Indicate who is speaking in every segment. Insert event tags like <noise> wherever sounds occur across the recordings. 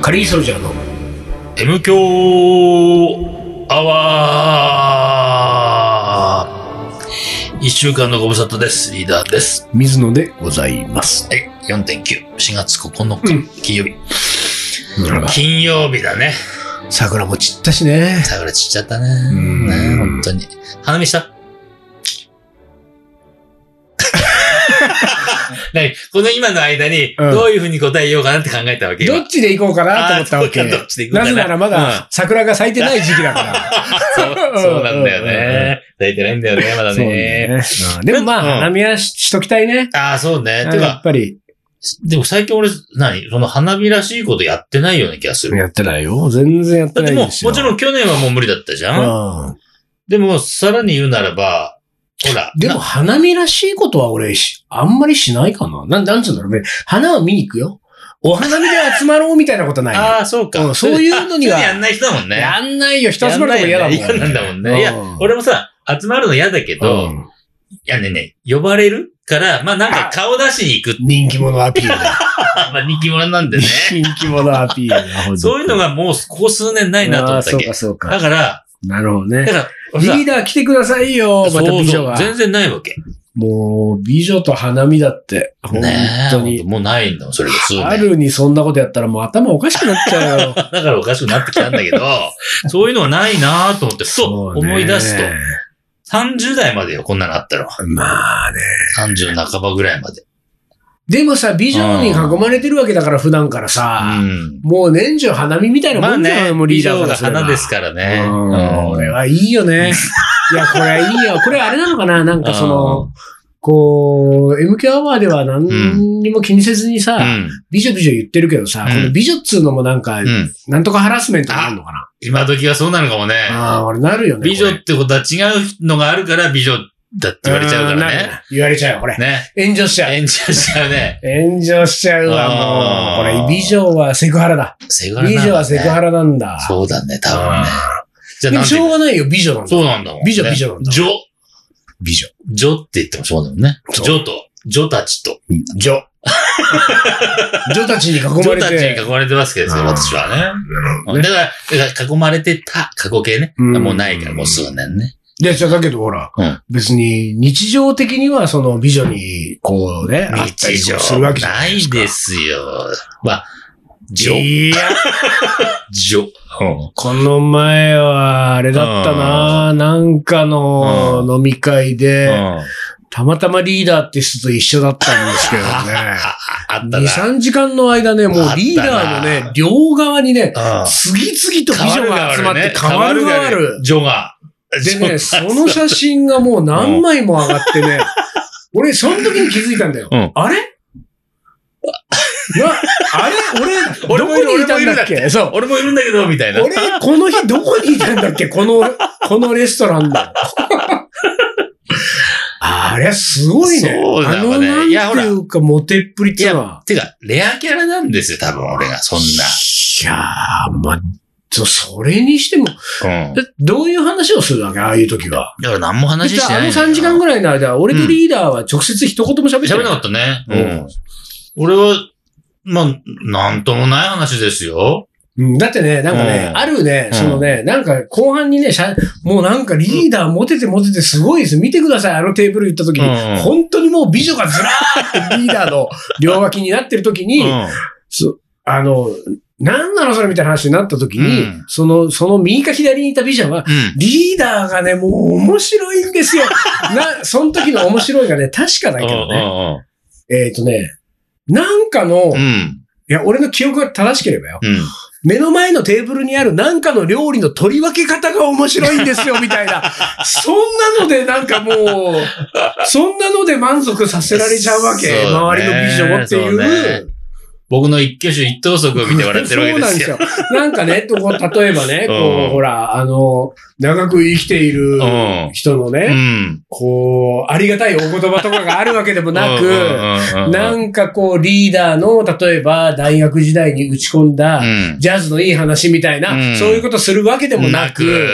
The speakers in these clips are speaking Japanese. Speaker 1: カリーソルジャーの
Speaker 2: M 強アワー一週間のご無沙汰です。リーダーです。
Speaker 1: 水野でございます。
Speaker 2: はい、4.9。4月9日、
Speaker 1: うん
Speaker 2: 金曜日。金曜日だね。
Speaker 1: 桜も散ったしね。
Speaker 2: 桜散っちゃったね。
Speaker 1: ん
Speaker 2: ね本当に。花
Speaker 1: <laughs>
Speaker 2: 見した何この今の間に、
Speaker 1: うん
Speaker 2: どういうふうに答えようかなって考えたわけ
Speaker 1: どっちで行こうかなと思ったわけ
Speaker 2: あー。どっちで行く
Speaker 1: な
Speaker 2: んだ
Speaker 1: ぜならまだ桜が咲いてない時期だから。
Speaker 2: そうそうなんだよね。抱いてないんだよね、まだ
Speaker 1: そう
Speaker 2: ね。
Speaker 1: ね。うんでもまあ、
Speaker 2: うん
Speaker 1: 花見はししときたいね。
Speaker 2: ああ、そうね。て
Speaker 1: やっ
Speaker 2: か、
Speaker 1: ぱり。
Speaker 2: でも最近俺、何その花火らしいことやってないような気がする。
Speaker 1: やってないよ。全然やって
Speaker 2: だっ
Speaker 1: な
Speaker 2: て
Speaker 1: い
Speaker 2: もう、も
Speaker 1: です
Speaker 2: ち
Speaker 1: よ。
Speaker 2: ろん去年はもう無理だったじゃん
Speaker 1: うん。
Speaker 2: でも、さらに言うならば、ほら。
Speaker 1: でも、
Speaker 2: な、
Speaker 1: 花見らしいことは俺し、あんまりしないかな。なん、なんつうんだろうね。花を見に行くよ。お花見で集まろうみたいなことないよ。
Speaker 2: ああ、そう
Speaker 1: う
Speaker 2: か。
Speaker 1: んそういうのには
Speaker 2: あそういうのやんない人だもんね。
Speaker 1: やんないよ。人集まるのも嫌だもん。
Speaker 2: やないよね嫌なんだもんね。い
Speaker 1: うん
Speaker 2: や、俺もさ、集まるの嫌だけど、
Speaker 1: う
Speaker 2: い
Speaker 1: ん
Speaker 2: やねね、呼ばれるから、まあなんか顔出しに行く。
Speaker 1: 人気者アピールだ。
Speaker 2: まあ人気者なんでね。
Speaker 1: 人気者アピールだ。ほんと
Speaker 2: そういうのがもう、ここ数年ないなと思っ
Speaker 1: あーそ
Speaker 2: たっ
Speaker 1: う
Speaker 2: け
Speaker 1: か、。そうか
Speaker 2: だ。から、
Speaker 1: なるほど
Speaker 2: <laughs> だ
Speaker 1: ね。
Speaker 2: から、
Speaker 1: リ
Speaker 2: さ
Speaker 1: ーダー来てくださいよ、また
Speaker 2: そう
Speaker 1: 美女
Speaker 2: そう
Speaker 1: が。
Speaker 2: 全然ないわけ。
Speaker 1: もう、美女と花見だって、本
Speaker 2: ねえ
Speaker 1: 当に。
Speaker 2: もうないんだもん、それが数年。
Speaker 1: 春にそんなことやったらもう頭おかしくなっちゃう
Speaker 2: <laughs>
Speaker 1: よ。
Speaker 2: だからおかしくなってきた
Speaker 1: <laughs>
Speaker 2: んだけど、そういうのはないなと思って、ふと
Speaker 1: そうね
Speaker 2: 思い出すと。30代までよ、こんなのあったら。
Speaker 1: まあね。
Speaker 2: 30半ばぐらいまで。
Speaker 1: でもさ、美女に囲まれてるわけだから、普段からさ。
Speaker 2: う
Speaker 1: もう年中花見みたい
Speaker 2: ん。
Speaker 1: な
Speaker 2: ま
Speaker 1: も
Speaker 2: あ
Speaker 1: んじゃない
Speaker 2: ね
Speaker 1: もう、リ
Speaker 2: 以
Speaker 1: ーダー
Speaker 2: 上
Speaker 1: から
Speaker 2: が
Speaker 1: すれば
Speaker 2: 花ですからね。
Speaker 1: うん、これ
Speaker 2: うん
Speaker 1: はいいよ
Speaker 2: <laughs>
Speaker 1: ね。いや、これはいいよ。これあれなのかななんかそ
Speaker 2: うん
Speaker 1: の、こう、MK アワーでは何にも気にせずにさ、
Speaker 2: うん。
Speaker 1: 美女美女言ってるけどさ、
Speaker 2: うん
Speaker 1: この美女っつうのもなんか、
Speaker 2: うん。
Speaker 1: なんとかハラスメントになるのかな
Speaker 2: 今時はそうなのかもね。
Speaker 1: ああ、俺なるよね。
Speaker 2: 美女
Speaker 1: これ
Speaker 2: ってことは違うのがあるから美女だって言われちゃうか
Speaker 1: んな
Speaker 2: ら
Speaker 1: る
Speaker 2: ね。
Speaker 1: ね言われちゃうよ、これ。
Speaker 2: ね。
Speaker 1: 炎上しちゃう。
Speaker 2: 炎上しちゃうね。
Speaker 1: 炎上しちゃうわ、
Speaker 2: あー
Speaker 1: もう。これ、美女はセクハラだ。
Speaker 2: セクハラなん
Speaker 1: 美
Speaker 2: だね
Speaker 1: 女はセクハラなんだ。
Speaker 2: そうだね、多分ね。じ
Speaker 1: で
Speaker 2: ゃあな
Speaker 1: も
Speaker 2: ん
Speaker 1: しょう
Speaker 2: て
Speaker 1: がないよ、美女なんだ。
Speaker 2: そうなんだもんね。
Speaker 1: 美女美女なんだ
Speaker 2: 女。
Speaker 1: 美女。
Speaker 2: 女って言ってもそうだもんね。
Speaker 1: そう
Speaker 2: 女と、女たちと。
Speaker 1: 女。
Speaker 2: <laughs>
Speaker 1: 女たちに囲ま
Speaker 2: 女
Speaker 1: れ
Speaker 2: たちに
Speaker 1: て。
Speaker 2: 囲まれてますけど、
Speaker 1: うん
Speaker 2: 私はね。
Speaker 1: な
Speaker 2: だから、だから囲まれてた過去形ね。
Speaker 1: うん
Speaker 2: もうないから、もう数年ね。
Speaker 1: いや、じゃあだけどほら、
Speaker 2: うん
Speaker 1: 別に日常的にはその美女に、こうね、会ったり
Speaker 2: 日
Speaker 1: と
Speaker 2: 常
Speaker 1: かするわけじゃ
Speaker 2: な
Speaker 1: ないで
Speaker 2: い
Speaker 1: すか。
Speaker 2: ですよ。まあ、女、
Speaker 1: いや、
Speaker 2: 女。
Speaker 1: この前は、あれだったななんかの飲み会
Speaker 2: う
Speaker 1: で、
Speaker 2: ん
Speaker 1: たまたまリーダーって人と一緒だったんですけどね。
Speaker 2: あ
Speaker 1: <laughs>
Speaker 2: あった
Speaker 1: 2、
Speaker 2: な。
Speaker 1: 3時間の間ね、もうリーダーの
Speaker 2: あった
Speaker 1: ね
Speaker 2: な、
Speaker 1: 両側にね、
Speaker 2: うん
Speaker 1: 次々と美女が集まって、変わる変わる。
Speaker 2: 女が。
Speaker 1: でね、そ
Speaker 2: 女が
Speaker 1: の写真がもう何枚も上がってね、俺、その時に気づいたんだよ。
Speaker 2: うん
Speaker 1: あれな、あれ俺、
Speaker 2: 俺
Speaker 1: ど
Speaker 2: も
Speaker 1: こ
Speaker 2: いる
Speaker 1: にいたんだっけそう。
Speaker 2: <laughs> 俺もいるんだけど、みたいな。
Speaker 1: 俺、この日どこにいたんだっけこの、このレストランだ。あれ、すごいね。
Speaker 2: そうだ
Speaker 1: あ
Speaker 2: わ
Speaker 1: の、
Speaker 2: ね
Speaker 1: なん
Speaker 2: い
Speaker 1: て
Speaker 2: やほら
Speaker 1: いうか、モテっぷりっていうのは。
Speaker 2: てか、レアキャラなんですよ、多分俺が、そん
Speaker 1: いやー、まあ、そそれにしても、
Speaker 2: な。うん。
Speaker 1: えどういう話をするわけああいう時は。
Speaker 2: だから何も話
Speaker 1: 実
Speaker 2: して
Speaker 1: はあ
Speaker 2: な
Speaker 1: の
Speaker 2: い。
Speaker 1: 3時間ぐらいの間、俺とリーダーは直接一言も喋って
Speaker 2: 喋ん
Speaker 1: な
Speaker 2: な
Speaker 1: い。
Speaker 2: かったね。
Speaker 1: うん
Speaker 2: うん。俺は、まあ、なんともない話です
Speaker 1: う
Speaker 2: よ。
Speaker 1: んだってね、なんかね、
Speaker 2: うん
Speaker 1: あるね、
Speaker 2: うん
Speaker 1: そのね、なんか後半にね、しゃもうなんかリーダーモテてモテてすごいです。見てください、あのテーブル行った時に。
Speaker 2: うん
Speaker 1: 本当にもう美女がずらーってリーダーの両脇になってる時
Speaker 2: う
Speaker 1: に、
Speaker 2: ん。
Speaker 1: そあの、なんなのそれみたいな話になった時に、
Speaker 2: うん
Speaker 1: その、その右か左にいた美女は、リーダーがね、もう面白いんですよ。 <laughs> な、その時の面白いがね、確かだけどね。
Speaker 2: う
Speaker 1: えっ、とね、なんかの、
Speaker 2: ん。うん。う
Speaker 1: い
Speaker 2: ん。
Speaker 1: や、俺の記憶が正しければよ。
Speaker 2: うん。
Speaker 1: 目の前のテーブルにあるなんかの料理の取り分け方が面白いんですよ、みたい
Speaker 2: <laughs>
Speaker 1: な。そんなのでなんかもう、そんなので満足させられちゃうわけ。
Speaker 2: そうね
Speaker 1: 周りの美女をっていう。
Speaker 2: そう僕の一挙手一投足を見て笑ってるわけですよ。
Speaker 1: そうなんですよ。なんか
Speaker 2: <laughs>
Speaker 1: ね、とこ例えばね、こ
Speaker 2: うん
Speaker 1: う、ほら、あの、長く生きている
Speaker 2: うん
Speaker 1: 人の
Speaker 2: う
Speaker 1: ね、
Speaker 2: ん。
Speaker 1: こう、ありがたいお言葉とかがあるわけでもな
Speaker 2: うん
Speaker 1: く、
Speaker 2: うんうんうん
Speaker 1: なんかこう、リーダーの、例えば、大学時代に打ち込んだ、
Speaker 2: うん
Speaker 1: ジャズのいい話みたいな、
Speaker 2: うん
Speaker 1: そういうことするわけでもなく、
Speaker 2: うん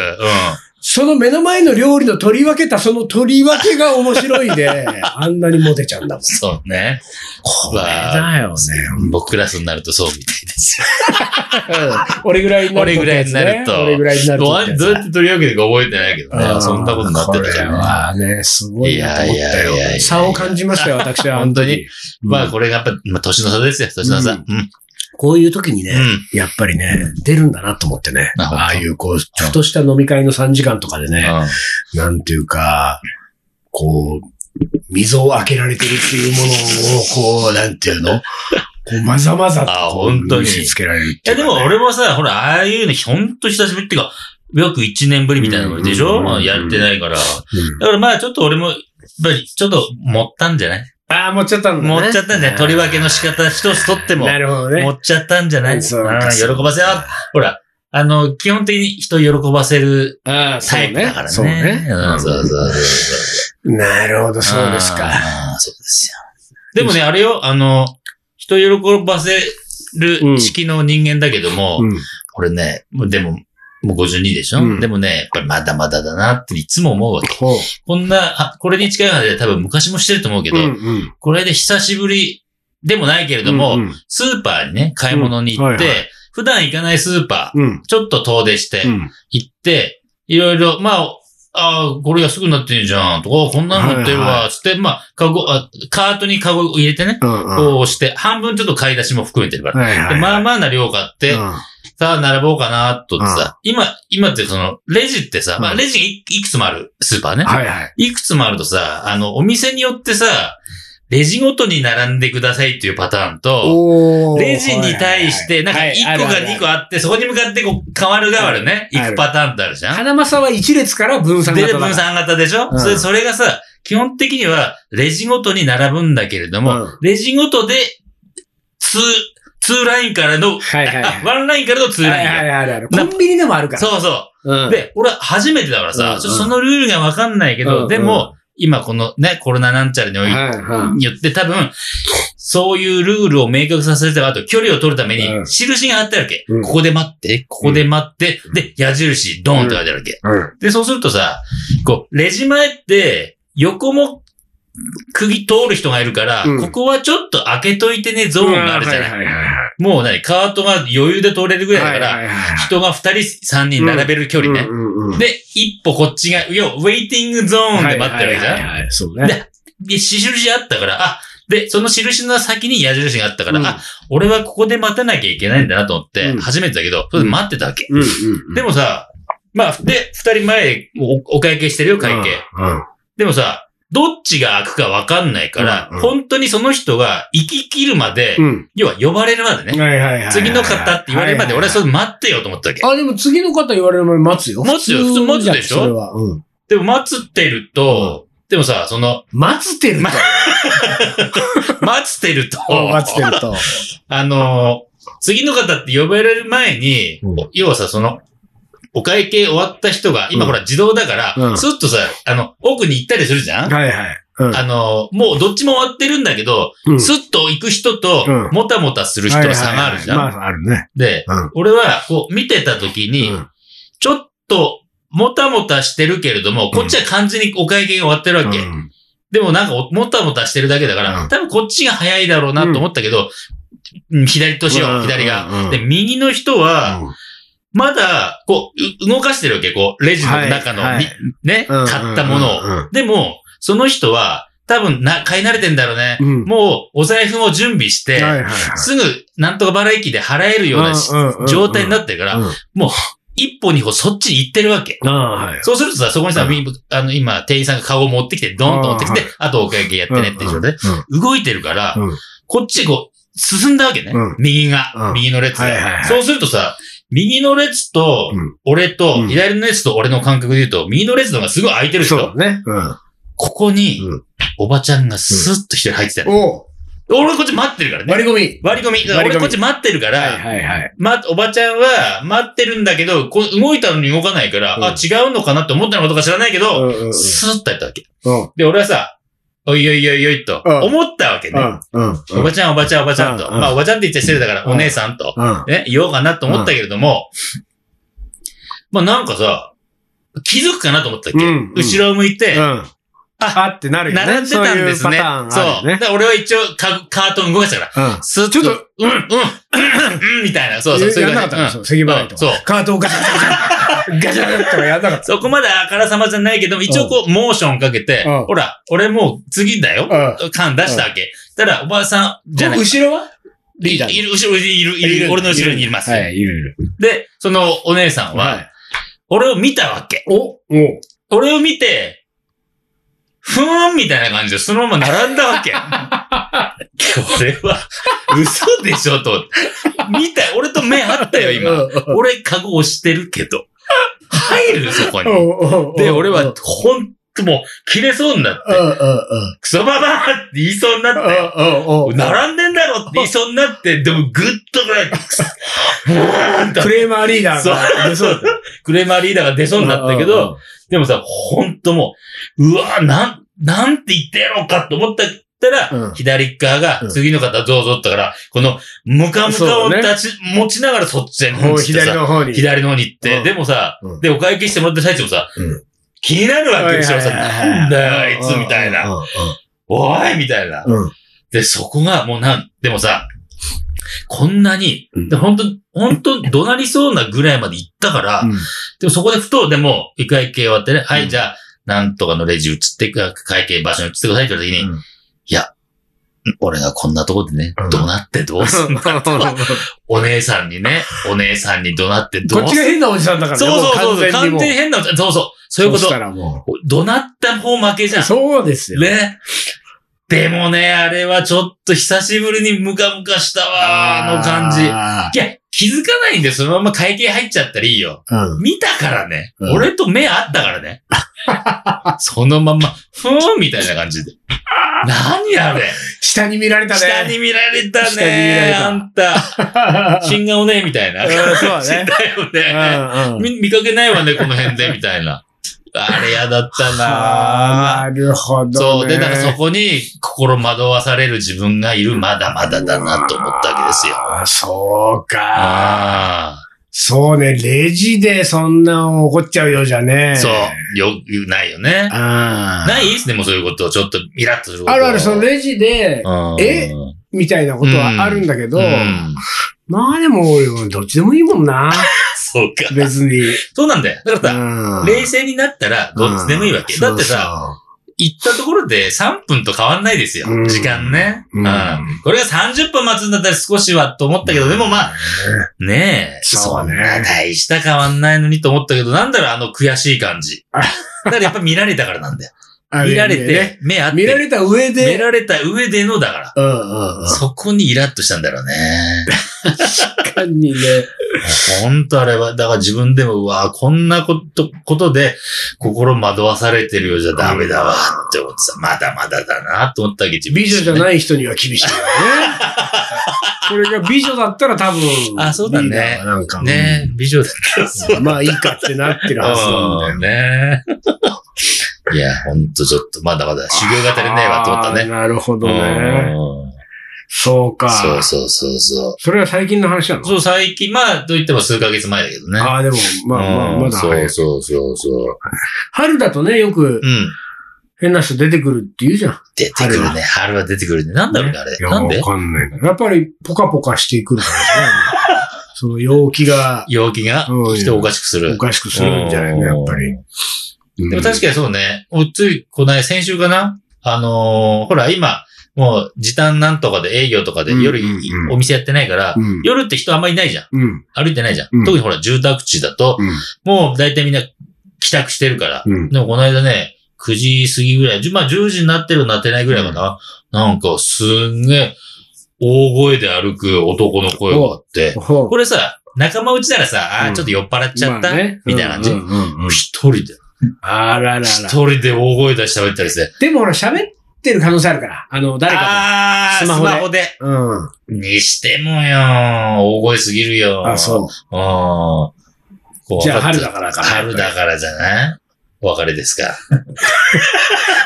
Speaker 1: その目の前の料理の取り分けたその取り分けが面白い
Speaker 2: <laughs>
Speaker 1: で、あんなにモテちゃうんだもん。
Speaker 2: そうね。
Speaker 1: これだよね。
Speaker 2: 僕クラスになるとそうみたいですよ。
Speaker 1: 俺ぐらいになると、
Speaker 2: 俺
Speaker 1: 俺ぐ
Speaker 2: ぐ
Speaker 1: らいになる
Speaker 2: <laughs> どう
Speaker 1: と
Speaker 2: や
Speaker 1: ね。
Speaker 2: どうやって取り分けてか覚えてないけど
Speaker 1: あ
Speaker 2: ね。
Speaker 1: ー
Speaker 2: そんなことになってたじゃん。
Speaker 1: これはね、すごいなと思っ
Speaker 2: いやいや
Speaker 1: た
Speaker 2: いやいやいや
Speaker 1: よ。差を感じま
Speaker 2: <laughs>
Speaker 1: したよ、私は。
Speaker 2: 本当に
Speaker 1: あの時。
Speaker 2: まあ
Speaker 1: うん
Speaker 2: これがやっぱ、まあ年の差ですよ、年の差。
Speaker 1: う
Speaker 2: うんん。
Speaker 1: こういう時にね
Speaker 2: うん、
Speaker 1: やっぱりね、出るんだなと思ってね。
Speaker 2: なるほど
Speaker 1: ああいう、こう、ふとした飲み会の3時間とかでね、
Speaker 2: う
Speaker 1: なんていうか、こう、溝を開けられてるっていうものを、こう、なんていうのこう、まざまざと
Speaker 2: あ
Speaker 1: こう、
Speaker 2: 本当に
Speaker 1: 見せつけられるっ
Speaker 2: い
Speaker 1: てい
Speaker 2: や
Speaker 1: うか
Speaker 2: で
Speaker 1: ね
Speaker 2: も俺もさ、ほら、ああいうのほんと久しぶりっていうか、約1年ぶりみたいなのでし
Speaker 1: う
Speaker 2: ょ
Speaker 1: ん
Speaker 2: まあやってないから。
Speaker 1: うん
Speaker 2: だからまあちょっと俺も、やっぱりちょっと持ったんじゃない
Speaker 1: ああ、持っちゃったのね。
Speaker 2: 持っちゃったんじゃない取り分けの仕方一つ取っても。
Speaker 1: なるほどね。
Speaker 2: 持っちゃったんじゃない
Speaker 1: そう
Speaker 2: うん
Speaker 1: か
Speaker 2: 喜ばせよう。ほら、あの、基本的に人を喜ばせる
Speaker 1: ああ、
Speaker 2: タイプだからね。
Speaker 1: そうね。
Speaker 2: うんそうそうそう。
Speaker 1: なるほど、そうですか。
Speaker 2: あー。そうですよ。でもね、あれよ、あの、人を喜ばせる式の人間だけども、
Speaker 1: うん
Speaker 2: これね、もうでも、もう52でしょ、
Speaker 1: うん
Speaker 2: でもね、やっぱりまだまだだなっていつも思うわけ。
Speaker 1: ほう
Speaker 2: こんな、あ、これに近い話で多分昔もしてると思うけど、
Speaker 1: うんうん
Speaker 2: これで久しぶりでもないけれども、
Speaker 1: うん
Speaker 2: スーパーにね、買い物に行って、
Speaker 1: うんはいは
Speaker 2: 普段行かないスーパー、
Speaker 1: うん。
Speaker 2: ちょっと遠出して、
Speaker 1: うん
Speaker 2: 行って、いろいろ、まあ、ああ、これ安くなってるじゃん、とか、こんなの売ってる
Speaker 1: はい
Speaker 2: わ、つって、まあ、カゴ、あカートにカゴ入れてね、
Speaker 1: うんうん。
Speaker 2: こうして、半分ちょっと買い出しも含めてるから。
Speaker 1: はいはい
Speaker 2: でまあまあな量買って、さあ、並ぼうかな、とってさ、今、今ってその、レジってさ、
Speaker 1: う
Speaker 2: まあ、
Speaker 1: ん
Speaker 2: レジがいいくつもある、スーパーね
Speaker 1: うん。はいはい。
Speaker 2: いくつもあるとさ、あの、お店によってさ、レジごとに並んでくださいっていうパターンと、
Speaker 1: おー
Speaker 2: レジに対して、なんか
Speaker 1: はい
Speaker 2: 1個
Speaker 1: は
Speaker 2: か
Speaker 1: いはい
Speaker 2: 2個あって、そこに向かってこう、変わる変わるね、
Speaker 1: はい
Speaker 2: 行くパターンってあるじゃん。
Speaker 1: 花正は一列から分散型
Speaker 2: で、
Speaker 1: だから
Speaker 2: 分散型でしょ、
Speaker 1: うん
Speaker 2: それそれがさ、基本的には、レジごとに並ぶんだけれども、
Speaker 1: うん
Speaker 2: レジごとで、ツー、ツーラインからの、
Speaker 1: はいはいはい
Speaker 2: <laughs> あ、ワンラインからのツー
Speaker 1: は
Speaker 2: ライ
Speaker 1: い
Speaker 2: ン
Speaker 1: は
Speaker 2: だ
Speaker 1: いはいはい。
Speaker 2: な
Speaker 1: コンビニでもあるから。
Speaker 2: そうそ
Speaker 1: うん
Speaker 2: う。で、俺初めてだからさ、
Speaker 1: うん
Speaker 2: ちょっとそのルールがわかんないけ
Speaker 1: うん
Speaker 2: ど、
Speaker 1: うん
Speaker 2: でも、今このね、コロナなんちゃらにおい
Speaker 1: はいは
Speaker 2: によって多分、そういうルールを明確させて、あと距離を取るため
Speaker 1: うん
Speaker 2: に、印が貼ってあるわけ。
Speaker 1: うん
Speaker 2: ここで待って、ここで待って、で、矢印、ドーンって書いてあるわけ。
Speaker 1: い。うん
Speaker 2: で、そうするとさ、こう、レジ前って、横も、釘通る人がいるから、
Speaker 1: うん
Speaker 2: ここはちょっと開けといてね、ゾーンがあるじゃない。
Speaker 1: はいはいはいはい
Speaker 2: もう何、カートが余裕で通れるぐらいだから、
Speaker 1: はいはいはい
Speaker 2: 人が2人、3人並べる距離ね。
Speaker 1: うんうんうん
Speaker 2: で、一歩こっちが、要は、ウェイティングゾーンで待ってるわけじゃん、
Speaker 1: はいはいはいそうね。
Speaker 2: で、印あったから、あ、で、その印の先に矢印があったから、
Speaker 1: うん
Speaker 2: あ、俺はここで待たなきゃいけないんだなと思って、
Speaker 1: うん
Speaker 2: 初めてだけど、それで待ってたわけ。
Speaker 1: うんうんうん
Speaker 2: でもさ、まあ、で、二人前でおお会計してるよ、会計。
Speaker 1: うんうん
Speaker 2: でもさ、どっちが開くかわかんないから、
Speaker 1: うんうん
Speaker 2: 本当にその人が行き切るまで、
Speaker 1: うん
Speaker 2: 要は呼ばれるまでね、
Speaker 1: はいはいはいはい
Speaker 2: 次の方って言われるまで、俺はそれ待ってよと思ってたわけ。
Speaker 1: あ、でも次の方言われるまで待つよ。
Speaker 2: 待つよ普通待つでしょ
Speaker 1: それは。うん。
Speaker 2: でも待ってると、でもさ、その、
Speaker 1: 待つてると。、
Speaker 2: 待ってると
Speaker 1: <laughs> 待つて
Speaker 2: <laughs>
Speaker 1: ると。
Speaker 2: あのー次の方って呼ばれる前に、
Speaker 1: うん
Speaker 2: 要はさ、その、お会計終わった人が、今
Speaker 1: うん
Speaker 2: ほら自動だから、
Speaker 1: うん
Speaker 2: スッとさ、あの、奥に行ったりするじゃん、
Speaker 1: はいはい。うん
Speaker 2: あのーもうどっちも終わってるんだけど、
Speaker 1: うん
Speaker 2: スッと行く人と
Speaker 1: うん、
Speaker 2: もたもたする人の差があるじゃん、
Speaker 1: はいはいはいまあ、あるね。
Speaker 2: で、
Speaker 1: うん
Speaker 2: 俺は、こう、見てた時に、
Speaker 1: うん
Speaker 2: ちょっと、もたもたしてるけれども、こっちは完全にお会計が終わってるわけ。
Speaker 1: うん
Speaker 2: でもなんかお、もたもたしてるだけだから、
Speaker 1: うん
Speaker 2: 多分こっちが早いだろうなと思ったけど、うん左としよ
Speaker 1: うん
Speaker 2: う、
Speaker 1: うんう
Speaker 2: 左
Speaker 1: ん
Speaker 2: が。で、右の人は、まだ、こう、う動かしてるわけ、こう、レジの中の、
Speaker 1: はいはい
Speaker 2: みね、
Speaker 1: うん
Speaker 2: 買ったものを。
Speaker 1: うん
Speaker 2: でも、その人は、多分な、買い慣れてんだろうね。
Speaker 1: うん
Speaker 2: もう、お財布も準備し
Speaker 1: はいはい
Speaker 2: て、
Speaker 1: はい
Speaker 2: すぐ、なんとか払い機で払えるようなし
Speaker 1: うんうんうん
Speaker 2: 状態になってるから、
Speaker 1: うん
Speaker 2: 一歩二歩そっちに行ってるわけ。
Speaker 1: ああ、はい。
Speaker 2: そうするとさ、そこにさ、
Speaker 1: うん
Speaker 2: みあの、今、店員さんが顔を持ってきて、ドンと持ってきて
Speaker 1: うん、
Speaker 2: あとお会計やってねっていう状態で、
Speaker 1: うんうん
Speaker 2: 動いてるから、
Speaker 1: うん
Speaker 2: こっちこう、進んだわけね。
Speaker 1: うん
Speaker 2: 右
Speaker 1: う
Speaker 2: が
Speaker 1: ん、
Speaker 2: 右の列
Speaker 1: はいはいは
Speaker 2: が。
Speaker 1: い
Speaker 2: そうするとさ、右の列と
Speaker 1: うん、
Speaker 2: 俺
Speaker 1: う
Speaker 2: と、
Speaker 1: ん
Speaker 2: 左の列と俺の感覚で言うと、右の列の方がすごい空いてるでし
Speaker 1: そう
Speaker 2: ょ
Speaker 1: だね。うん。
Speaker 2: ここに
Speaker 1: うん、
Speaker 2: おばちゃんがスーッと一人入ってたよ
Speaker 1: おう
Speaker 2: 俺こっち待ってるからね。
Speaker 1: 割り込み。
Speaker 2: 割り込み。だから
Speaker 1: 割り込み
Speaker 2: 俺こっち待ってるか
Speaker 1: はい
Speaker 2: ら、
Speaker 1: はいはい。
Speaker 2: ま、おばちゃんは待ってるんだけど、こう動いたのに動かないから、
Speaker 1: うん
Speaker 2: あ、違うのかなって思ったのかとか知らないけど、
Speaker 1: んうんうん
Speaker 2: スーッとやったわけ。
Speaker 1: うん
Speaker 2: で、俺はさ、おいおいおいおいと、
Speaker 1: うん
Speaker 2: 思ったわけね。
Speaker 1: うん
Speaker 2: おばちゃんおばちゃんおばちゃんと。
Speaker 1: うんうん
Speaker 2: まあ、おばちゃんって言っちゃ失礼だから、
Speaker 1: うん
Speaker 2: お姉さんと、
Speaker 1: うん。
Speaker 2: ね、言おうかなと思ったけれども、まあ、なんかさ、気づくかなと思ったっけ、
Speaker 1: うんうん
Speaker 2: 後ろを向いて、
Speaker 1: うん。あってなるよね。
Speaker 2: 並んでたんです
Speaker 1: そういう
Speaker 2: ね。
Speaker 1: パタ
Speaker 2: そ
Speaker 1: ー
Speaker 2: う
Speaker 1: ンあるよ
Speaker 2: だ
Speaker 1: ね。
Speaker 2: から俺は一応カカートン動かしたから。
Speaker 1: うん。
Speaker 2: スッ
Speaker 1: ちょっと、
Speaker 2: うん、うん、うん、うん、みたいな。そうそう、そうい
Speaker 1: や
Speaker 2: うん
Speaker 1: なかったんですよ。咳払いと
Speaker 2: うんそう
Speaker 1: か。カートをガチャガチャガチャガチャガチャとかやんなかっ
Speaker 2: そこまであからさまじゃないけども、一応こう、モーションかけて
Speaker 1: うん、
Speaker 2: ほら、俺もう次だよ
Speaker 1: う。
Speaker 2: 缶出したわけ。たら、おばあさんじ
Speaker 1: た。
Speaker 2: ゃない。
Speaker 1: 後ろはい
Speaker 2: いる、後ろにいる、いる、俺の後ろにいます。
Speaker 1: はい、いるいる。
Speaker 2: で、そのお姉さん
Speaker 1: は
Speaker 2: は、
Speaker 1: い。
Speaker 2: 俺を見たわけ。
Speaker 1: おお
Speaker 2: 俺を見て、ふーんみたいな感じで、そのまま並んだ
Speaker 1: <laughs>
Speaker 2: わけ。これは、嘘でしょと思って。見た、俺と目合ったよ、今。
Speaker 1: 今。
Speaker 2: 俺、カゴ押してるけど。入る、そこに。
Speaker 1: お
Speaker 2: で、俺
Speaker 1: うん
Speaker 2: は、ほんともう、切れそうになって、
Speaker 1: うんうん。
Speaker 2: クソババアって言いそうになったよ。
Speaker 1: うんうんうん。
Speaker 2: 並んでんだろって言いそうになって、でもぐっ
Speaker 1: <laughs>
Speaker 2: とぐらい、くそふーんと
Speaker 1: クレーマーリーダーが出
Speaker 2: そ
Speaker 1: そうう。
Speaker 2: クレーマーリーダーが出そうになったけど、でもさ、ほんともう、うわなん、なんて言ってやろうかと思ったら、
Speaker 1: うん
Speaker 2: 左側が、
Speaker 1: うん
Speaker 2: 次の方どうぞって言ったから、この、ムカムカ
Speaker 1: そう
Speaker 2: を
Speaker 1: ね
Speaker 2: 立ち、持ちながらそっちへ
Speaker 1: うん。もう左の方に。
Speaker 2: 左の方に行って、
Speaker 1: うん
Speaker 2: でもさ、
Speaker 1: うん
Speaker 2: で、お会計してもらった最中もさ、
Speaker 1: うん
Speaker 2: 気になるわけでしょ、
Speaker 1: はい
Speaker 2: さ、
Speaker 1: はいはいはい
Speaker 2: なんだよ、あいつ、みたいな。
Speaker 1: うん
Speaker 2: おいみたいな。
Speaker 1: うんうん。
Speaker 2: で、そこがもうなん、でもさ、こんなに、
Speaker 1: うん
Speaker 2: で本当本当怒鳴りそうなぐらいまで行ったから、
Speaker 1: うん
Speaker 2: でもそこでふと、でも、一回系終わってね、は
Speaker 1: う
Speaker 2: い、
Speaker 1: ん
Speaker 2: じゃあ、なんとかのレジ移ってく、会計場所に移ってくださいって言った時に、
Speaker 1: うん
Speaker 2: 俺がこんなとこでね
Speaker 1: うん、
Speaker 2: 怒鳴ってどうすんだ、お姉さんにね、お姉さんに怒鳴ってど
Speaker 1: こ
Speaker 2: う
Speaker 1: っち
Speaker 2: す
Speaker 1: が変なおじさんだからね。
Speaker 2: そうそうそう
Speaker 1: も
Speaker 2: そう、完
Speaker 1: も
Speaker 2: 全に変な、そうそう、そういうこ
Speaker 1: そし
Speaker 2: と
Speaker 1: た。らも
Speaker 2: 怒鳴った方負けじゃ
Speaker 1: う。
Speaker 2: ん。
Speaker 1: そうですよ。
Speaker 2: ね。でもね、あれはちょっと久しぶりにムカムカしたわ、あの感じ。
Speaker 1: あ
Speaker 2: いや、気づかないんで、そのまま会計入っちゃったらいいよ。
Speaker 1: ーうん。
Speaker 2: 見たからね。
Speaker 1: うん
Speaker 2: 俺と目あったか
Speaker 1: <laughs>
Speaker 2: らね。そのまんま、ふーんみたいな感じで。何あれ
Speaker 1: 下に見られたね。
Speaker 2: 下に見られた
Speaker 1: 下に見ら
Speaker 2: ね
Speaker 1: れた
Speaker 2: あんた、新顔ねみたいな。
Speaker 1: うんそうだね
Speaker 2: 死んだよね、
Speaker 1: うんうん
Speaker 2: み見かけないわね、この
Speaker 1: <laughs>
Speaker 2: 辺で、みたいな。あれ嫌だったな
Speaker 1: なるほどね。
Speaker 2: そう。で、だからそこに心惑わされる自分がいる、まだまだだなと思ったわけですよ。
Speaker 1: あーそうか。
Speaker 2: あ
Speaker 1: そうね、レジでそんな怒っちゃうようじゃね
Speaker 2: あ。。そう。よ、ないよね。
Speaker 1: あー
Speaker 2: ないでもそういうこと、ちょっとイラッとすること。
Speaker 1: あるある、そのレジで、
Speaker 2: うん
Speaker 1: えみたいなことはあるんだけど、
Speaker 2: うん
Speaker 1: まあでも俺、どっちでもいいもん
Speaker 2: <laughs>
Speaker 1: な。
Speaker 2: そうか。
Speaker 1: 別に。
Speaker 2: そうなんだよ。だからさ、
Speaker 1: うん
Speaker 2: 冷静になったらどっちでもいいわけ。
Speaker 1: うん
Speaker 2: だってさ、行ったところで3分と変わんないですよ
Speaker 1: う。ん
Speaker 2: 時間ね。
Speaker 1: う
Speaker 2: うんん。これが30分待つんだったら少しはと思ったけど、でもまあ、ねえ、
Speaker 1: そ
Speaker 2: そ
Speaker 1: うんね
Speaker 2: な大した変わんないのにと思ったけど、なんだろう、あの悔しい感じ。
Speaker 1: あ
Speaker 2: だからやっぱ見られたからな
Speaker 1: <laughs>
Speaker 2: んだよ。
Speaker 1: あ
Speaker 2: 見られ
Speaker 1: ね
Speaker 2: て、目あって。
Speaker 1: 見られた上
Speaker 2: 見
Speaker 1: で、
Speaker 2: られた上でのだから。
Speaker 1: うんうんうん。
Speaker 2: そこにイラッとしたんだろうね。 <laughs>
Speaker 1: 単にね。
Speaker 2: ほんとあれは、だから自分でも、うわこんなこと、ことで、心惑わされてるようじゃダメだわ、って思ってさ、まだまだだな、と思ったわけ、自分
Speaker 1: 美女じゃ
Speaker 2: い
Speaker 1: ない人には厳しいよ
Speaker 2: <laughs>
Speaker 1: ね。これが美女だったら多分、
Speaker 2: あそうだね
Speaker 1: リーダーはなんか、
Speaker 2: ね美女だったらそう
Speaker 1: うんまあいいかってなってるはずなんだ
Speaker 2: う
Speaker 1: よ
Speaker 2: ん。ね <laughs> いや、ほんとちょっと、まだまだ修行が足りないわ、と思った
Speaker 1: あー
Speaker 2: ね。
Speaker 1: なるほどね。
Speaker 2: うん
Speaker 1: そうか。
Speaker 2: そうそうそうそう。
Speaker 1: それは最近の話なの
Speaker 2: そう、最近、まあ、と言っても数ヶ月前だけどね。
Speaker 1: ああ、でも、まあまあ、
Speaker 2: うん
Speaker 1: まだ
Speaker 2: そ
Speaker 1: 早
Speaker 2: う
Speaker 1: い。
Speaker 2: そうそうそう。
Speaker 1: 春だとね、よく
Speaker 2: うん。
Speaker 1: 変な人出てくるって言うじゃん。
Speaker 2: 出てくるね。春は出てくるね。なんだろうね、あれ。
Speaker 1: いや
Speaker 2: なんで
Speaker 1: わかんないな。やっぱりポカポカしてくるから
Speaker 2: <laughs>
Speaker 1: ね。その陽気が
Speaker 2: 陽気が
Speaker 1: うん
Speaker 2: 人をおかしくする
Speaker 1: お。かしくするんじゃないの、やっぱり。
Speaker 2: でも確
Speaker 1: か
Speaker 2: かにそうね。おつい、こない、先週かなあのーほら、今、もう、時短なんとかで営業とかで
Speaker 1: うん
Speaker 2: 夜、
Speaker 1: うんうん
Speaker 2: お店やってないから、
Speaker 1: うん。
Speaker 2: 夜って人あんまりいないじゃん。
Speaker 1: うん。
Speaker 2: 歩いてないじゃん。
Speaker 1: うん
Speaker 2: 特にほら、住宅地だと、
Speaker 1: うん。
Speaker 2: もう大体みんな帰宅してるから。
Speaker 1: うん。
Speaker 2: でもこの間ね、9時過ぎぐらい、じゅまあ10時になってるなってないぐらいかな。なんか、すんげえ、大声で歩く男の声があって、
Speaker 1: ほう
Speaker 2: これさ、仲間内ならさ、あ
Speaker 1: うん
Speaker 2: ーちょっと酔っ払っちゃった、
Speaker 1: まあね
Speaker 2: みたいな感じ。
Speaker 1: うんうんうんうん
Speaker 2: 一人で、
Speaker 1: あららら。
Speaker 2: 一人で大声出して喋ったりして。
Speaker 1: でもほら、喋ってる可能性あるから。あの、誰か
Speaker 2: あー、
Speaker 1: ス
Speaker 2: ス
Speaker 1: マホで
Speaker 2: マホで。
Speaker 1: と。うん。
Speaker 2: にしてもよー、大声すぎるよー。
Speaker 1: あ、そう。
Speaker 2: うん。こう
Speaker 1: じゃあ
Speaker 2: 分
Speaker 1: 春
Speaker 2: っ
Speaker 1: だから
Speaker 2: ちゃ
Speaker 1: か
Speaker 2: う
Speaker 1: な。
Speaker 2: 春だからじゃないお別れですか。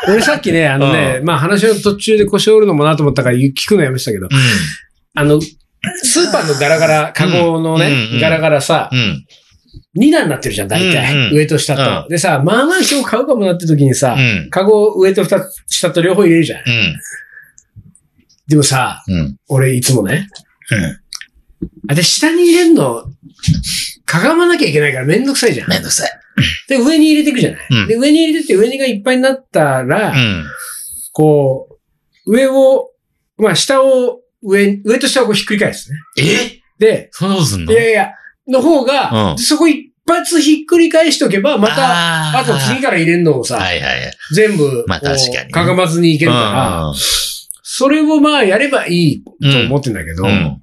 Speaker 1: 俺さっきね、あのね、まあ話の途中で腰折るのもなと思ったから聞くのやめてたけど、
Speaker 2: う
Speaker 1: あの、スーパーのガラガラ、カゴの
Speaker 2: うんうん
Speaker 1: ね
Speaker 2: う、ん
Speaker 1: ガラガラさ、
Speaker 2: ん。うん。
Speaker 1: 2段になってるじゃん、大体。
Speaker 2: うんうん
Speaker 1: 上と下と、
Speaker 2: う
Speaker 1: でさ、まあまあ今日買うかもなって時にさ、
Speaker 2: うん。
Speaker 1: カゴ上と二つ下と両方入れるじゃん。
Speaker 2: うん。
Speaker 1: でもさ、
Speaker 2: うん。
Speaker 1: 俺いつもね、
Speaker 2: うん。
Speaker 1: あ、で、下に入れんの、かがまなきゃいけないからめんどくさいじゃん。
Speaker 2: めんどくさい。
Speaker 1: で、上に入れていくじゃない。
Speaker 2: うん
Speaker 1: で、上に入れてって上にがいっぱいになったら、
Speaker 2: うん。
Speaker 1: こう、上を、まあ下を、上、上と下をこうひっくり返すね。
Speaker 2: え
Speaker 1: で、
Speaker 2: そんなことすん
Speaker 1: い
Speaker 2: の
Speaker 1: やいや、の方が、
Speaker 2: うん
Speaker 1: そこ一発ひっくり返しとけば、また、
Speaker 2: あー
Speaker 1: あと次から入れるのをさ、
Speaker 2: はいはいはい。
Speaker 1: 全部、
Speaker 2: まあ
Speaker 1: こう
Speaker 2: 確かにね
Speaker 1: かがまずにいけるから、それをまあやればいいと思ってんだけど、
Speaker 2: うんうん。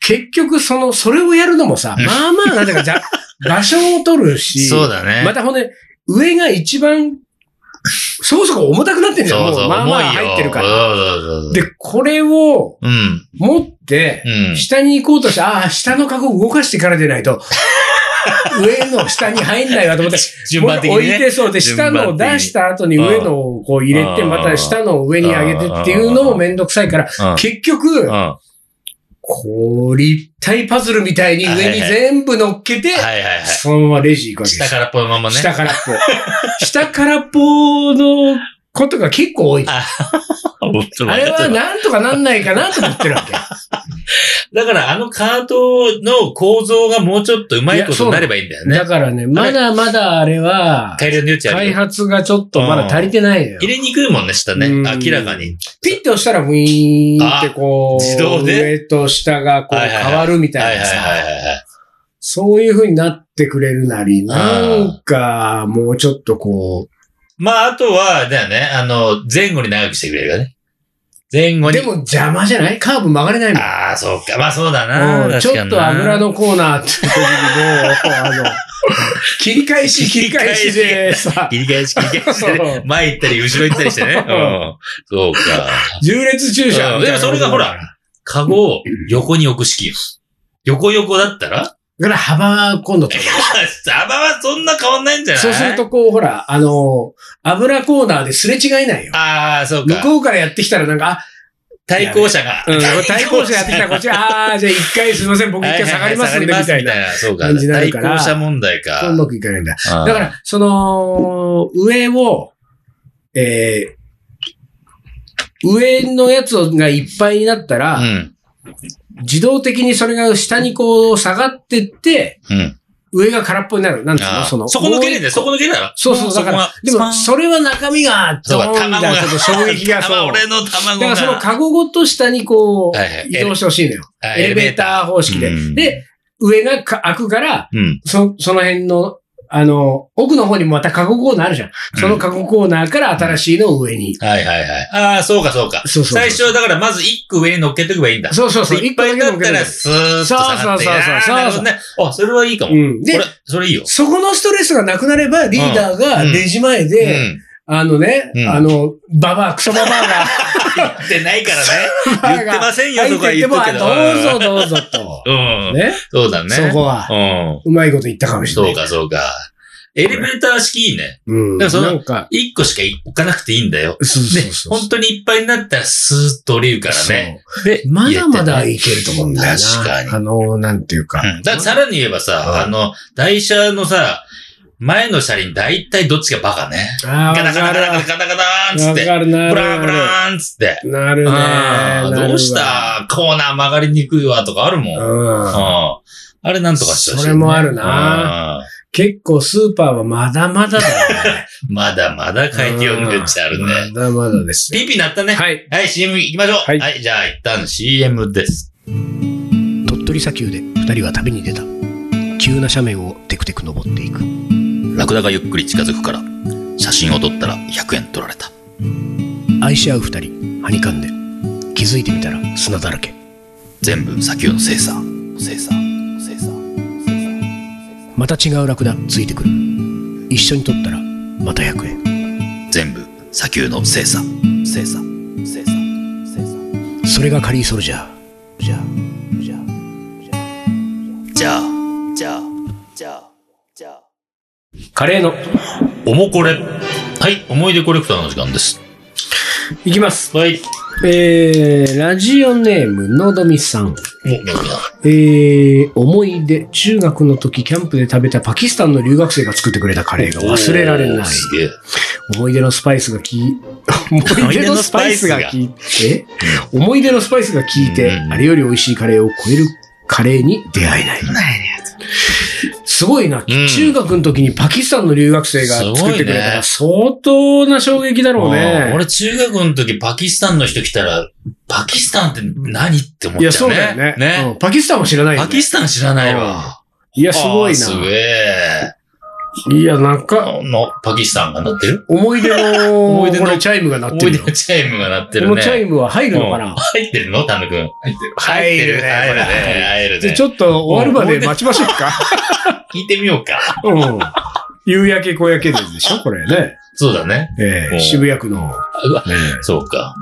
Speaker 1: 結局その、それをやるのもさ、
Speaker 2: うん
Speaker 1: まあまあ、なんていうか、
Speaker 2: <laughs>
Speaker 1: じゃ、場所を取るし、
Speaker 2: そうだね。
Speaker 1: またほんで、上が一番、そこそこ重たくなってんじゃん。
Speaker 2: そうそ
Speaker 1: も
Speaker 2: う、
Speaker 1: うまあまあ
Speaker 2: 重いよ
Speaker 1: 入ってるから。
Speaker 2: そうそうそうそう。
Speaker 1: で、これを
Speaker 2: うん。
Speaker 1: 持って、
Speaker 2: うん。
Speaker 1: 下に行こうとして、ああ、下のカゴ動かしてからでない
Speaker 2: <laughs>
Speaker 1: と、上の下に入んないわと思って、
Speaker 2: 順番的に
Speaker 1: 置い
Speaker 2: ね。
Speaker 1: てそうで、下のを出した後に
Speaker 2: 順番
Speaker 1: 上
Speaker 2: 的に
Speaker 1: のをこう入れて、
Speaker 2: うん
Speaker 1: また下のを上に上げてっていうのもめんどくさいから、
Speaker 2: うん
Speaker 1: 結局、
Speaker 2: うんは
Speaker 1: こう、立体パズルみたいに上に全部乗っけて
Speaker 2: い、はいはい。
Speaker 1: そのままレジ行くわけで
Speaker 2: 下
Speaker 1: す。
Speaker 2: からこのままね。
Speaker 1: 下からっぽ。 <laughs> 下からっぽのことが結構多い。あれはなんとかなんないかなと思ってるわけ。
Speaker 2: だからあのカートの構造がもうちょっとうまいことになればいいんだよ <laughs> ね
Speaker 1: だ。からね、まだまだあれは、
Speaker 2: 大量の余地ある
Speaker 1: 開
Speaker 2: よ。
Speaker 1: 発がちょっとまだ足りてないのよ
Speaker 2: 入。れにくいもんね、下ね。
Speaker 1: うん
Speaker 2: 明らかに。
Speaker 1: ピッて押したらウィーンってこう、
Speaker 2: あ自動で
Speaker 1: 上と下がこう
Speaker 2: はいはいはい
Speaker 1: 変わるみた
Speaker 2: はいい
Speaker 1: な
Speaker 2: はいはい
Speaker 1: さ、
Speaker 2: はいはい。
Speaker 1: そういう風になってくれるなり、なんかもうちょっとこ
Speaker 2: まあ、あとは、だよね、あの、前後に長くしてくれるよね。前後
Speaker 1: う、
Speaker 2: に。
Speaker 1: でも邪魔じゃないカーブ曲がれないもん。
Speaker 2: ああ、そうか。まあそうだ
Speaker 1: う
Speaker 2: な。
Speaker 1: ん
Speaker 2: 確
Speaker 1: ち
Speaker 2: か
Speaker 1: ょっ
Speaker 2: に
Speaker 1: と
Speaker 2: な
Speaker 1: 油。のコーナーって時にも
Speaker 2: <laughs>
Speaker 1: う、あの、切り返し、切り返しでさ、
Speaker 2: 切り返し、切り返しでね
Speaker 1: う
Speaker 2: 前行ったり、後ろ行ったりしてね。うん。そうか。
Speaker 1: 重列駐車みたいな
Speaker 2: でもそれがほらカゴを横に置く式よ。横横だったら
Speaker 1: だから幅今度と
Speaker 2: <laughs>
Speaker 1: か。
Speaker 2: 幅はそんな変わんないんじゃない
Speaker 1: そうすると。こう、ほら、あの、油コーナーですれ違いないよ。
Speaker 2: ああ、そう
Speaker 1: 向
Speaker 2: か。
Speaker 1: こうからやってきたらなんか、あ、
Speaker 2: 対向車が。 <laughs>
Speaker 1: うん、対向車やってきたらこっち、あー、じゃあ一回すいません、僕一回下がりますんで、みたいな。
Speaker 2: な。そうか。
Speaker 1: 感じになる
Speaker 2: 対
Speaker 1: から
Speaker 2: 向車問題か。
Speaker 1: うまくいかないんだ。
Speaker 2: だ
Speaker 1: だか、ら、その、上を、えー、上のやつがいっぱいになったら、
Speaker 2: うん。
Speaker 1: 自動的にそれが下にこう下がってって、
Speaker 2: うん。
Speaker 1: 上が空っぽになる。なんつう
Speaker 2: あ
Speaker 1: の
Speaker 2: ー
Speaker 1: その。
Speaker 2: そこ抜けねえ
Speaker 1: も
Speaker 2: んだ
Speaker 1: う
Speaker 2: よ。そこ抜けねえだろ。
Speaker 1: そうそう、だから、でも、それは中身が、
Speaker 2: そうか
Speaker 1: ドーンみたいな
Speaker 2: 卵が
Speaker 1: ちょっと衝撃が
Speaker 2: そ
Speaker 1: そう。
Speaker 2: 俺の卵
Speaker 1: だか
Speaker 2: が。
Speaker 1: らそのカゴごと下にこ、
Speaker 2: はいはいう
Speaker 1: 移動してほしいのよ。
Speaker 2: あ
Speaker 1: エレベーター方式で
Speaker 2: う。ん
Speaker 1: で、上がか開くから、
Speaker 2: ー。うん。
Speaker 1: そ、その辺の、あの、奥の方にもまた過去コーナーあるじゃん。その過去コーナーから新しいのを上に。
Speaker 2: はいはいはい。ああ、そうかそうか。
Speaker 1: そうそうそう
Speaker 2: 最初はだからまず一個上に乗っけとけばいいんだ。
Speaker 1: そうそうそう。
Speaker 2: いっぱいだったら
Speaker 1: 一
Speaker 2: スーッと下がって。
Speaker 1: そうそうそうそう
Speaker 2: あーなるほどね。あ、それはいいか
Speaker 1: 個だ
Speaker 2: も。
Speaker 1: けでも受けるうん。
Speaker 2: これ
Speaker 1: で、、
Speaker 2: それいいよ。
Speaker 1: そこのストレスがなくなれば、リーダーがレジ前
Speaker 2: う
Speaker 1: で、
Speaker 2: ん。
Speaker 1: あのね
Speaker 2: う、ん
Speaker 1: あの、ババア、クソババアが、
Speaker 2: 言ってないからね。
Speaker 1: ババア
Speaker 2: 言って
Speaker 1: が
Speaker 2: ませんよ、
Speaker 1: 入
Speaker 2: そ
Speaker 1: っ
Speaker 2: こは
Speaker 1: てって
Speaker 2: 言っ
Speaker 1: も、
Speaker 2: てけ
Speaker 1: あどうぞどう
Speaker 2: ど。
Speaker 1: ぞと。
Speaker 2: うん。
Speaker 1: ね。
Speaker 2: そうだね。
Speaker 1: そこは、
Speaker 2: う
Speaker 1: うまいこと言ったかも
Speaker 2: ん。
Speaker 1: しれな
Speaker 2: そう
Speaker 1: い。
Speaker 2: かそうか。エレベーター式いいね。
Speaker 1: うん。
Speaker 2: だからその
Speaker 1: なんか、
Speaker 2: 一個しか置かなくていいんだよ。
Speaker 1: そう
Speaker 2: で
Speaker 1: そう、そう。
Speaker 2: 本当にいっぱいになったらスーッと降りるからね。
Speaker 1: そう。で、まだまだ
Speaker 2: 入れ
Speaker 1: い
Speaker 2: てね
Speaker 1: けると思うんだよな。
Speaker 2: 確かに
Speaker 1: あの、なんていうか。
Speaker 2: うんだってさらに言えばさ、
Speaker 1: う
Speaker 2: あの、台車のさ、前の車輪大体どっちがバカね。
Speaker 1: ああ、
Speaker 2: ガ
Speaker 1: わ
Speaker 2: タガタガ
Speaker 1: かる
Speaker 2: タガタガタガターンつって。
Speaker 1: わかるな。
Speaker 2: ブラーブラーンつって。
Speaker 1: なるね
Speaker 2: ああ。
Speaker 1: なるわ
Speaker 2: どうしたコーナー曲がりにくいわとかあるもん。うん
Speaker 1: うん。
Speaker 2: あれなんとかしてほしいね。
Speaker 1: それもあるな
Speaker 2: うん。
Speaker 1: 結構スーパーはまだまだだね。
Speaker 2: まだまだ書いて読んでっちゃあるね。
Speaker 1: まだまだですよ。
Speaker 2: ピンピンなったね。
Speaker 1: はい。
Speaker 2: はい、CM 行きましょう。
Speaker 1: はい
Speaker 2: はい、じゃあ一旦 CM です。
Speaker 1: 鳥取砂丘で二人は旅に出た。急な斜面をテクテク登っていく。
Speaker 2: ラクダがゆっくり近づくから写真を撮ったら100円取られた
Speaker 1: 愛し合う二人、はにかんで。気づいてみたら砂だらけ。
Speaker 2: 全部砂丘の精査精査精査
Speaker 1: また違うラクダついてくる。一緒に撮ったらまた100円。
Speaker 2: 全部砂丘の精査精査精査精査
Speaker 1: それがカリーソルジャー。じゃあ、じゃあ。
Speaker 2: じゃあじゃあじゃあじゃあ
Speaker 1: カレーの。
Speaker 2: おもこれはい思い出コレクターの時間です
Speaker 1: いきます。
Speaker 2: はい
Speaker 1: えー、ラジオネーム、のどみさん。えー、思い出、中学の時キャンプで食べたパキスタンの留学生が作ってくれたカレーが忘れられ
Speaker 2: おー
Speaker 1: ない。
Speaker 2: すげえ。
Speaker 1: 思い出のスパイスがき、思い出のスパイスがき、え思い出のスパイスが効いて、
Speaker 2: うん
Speaker 1: あれより美味しいカレーを超えるカレーに出会えない。すごいな。
Speaker 2: うん
Speaker 1: 中学の時にパキスタンの留学生が作ってくれたら相当な衝撃だろう
Speaker 2: う
Speaker 1: ね
Speaker 2: ん。俺中学の時パキスタンの人来たら、パキスタンって何って思っ
Speaker 1: い
Speaker 2: ちゃうね。
Speaker 1: や、そうだよねうんパキスタンは知らないよ、
Speaker 2: パ
Speaker 1: ね
Speaker 2: キ。スタン知らないわ。
Speaker 1: いや、すご
Speaker 2: あー
Speaker 1: い
Speaker 2: す
Speaker 1: な。
Speaker 2: げえ。
Speaker 1: いや、なんか、
Speaker 2: の、パキスタンが鳴ってる
Speaker 1: 思い出の、
Speaker 2: 思い出の
Speaker 1: これチャイムが鳴って
Speaker 2: 思い
Speaker 1: る
Speaker 2: 出
Speaker 1: よ。
Speaker 2: のチャイムが鳴って
Speaker 1: こ
Speaker 2: る
Speaker 1: の
Speaker 2: ね。
Speaker 1: チャイムは入るのかな、
Speaker 2: 入ってるのタヌ君。入ってる。
Speaker 1: 入るね
Speaker 2: 入るね。入る
Speaker 1: で
Speaker 2: ね。
Speaker 1: ちょっと終わるまで待ちましょうか。
Speaker 2: 聞いてみようか。
Speaker 1: うん。夕焼け小焼けでしょこれね。
Speaker 2: そうだね。
Speaker 1: ええ
Speaker 2: うん
Speaker 1: 渋谷区の、
Speaker 2: うわ
Speaker 1: ね
Speaker 2: そうか。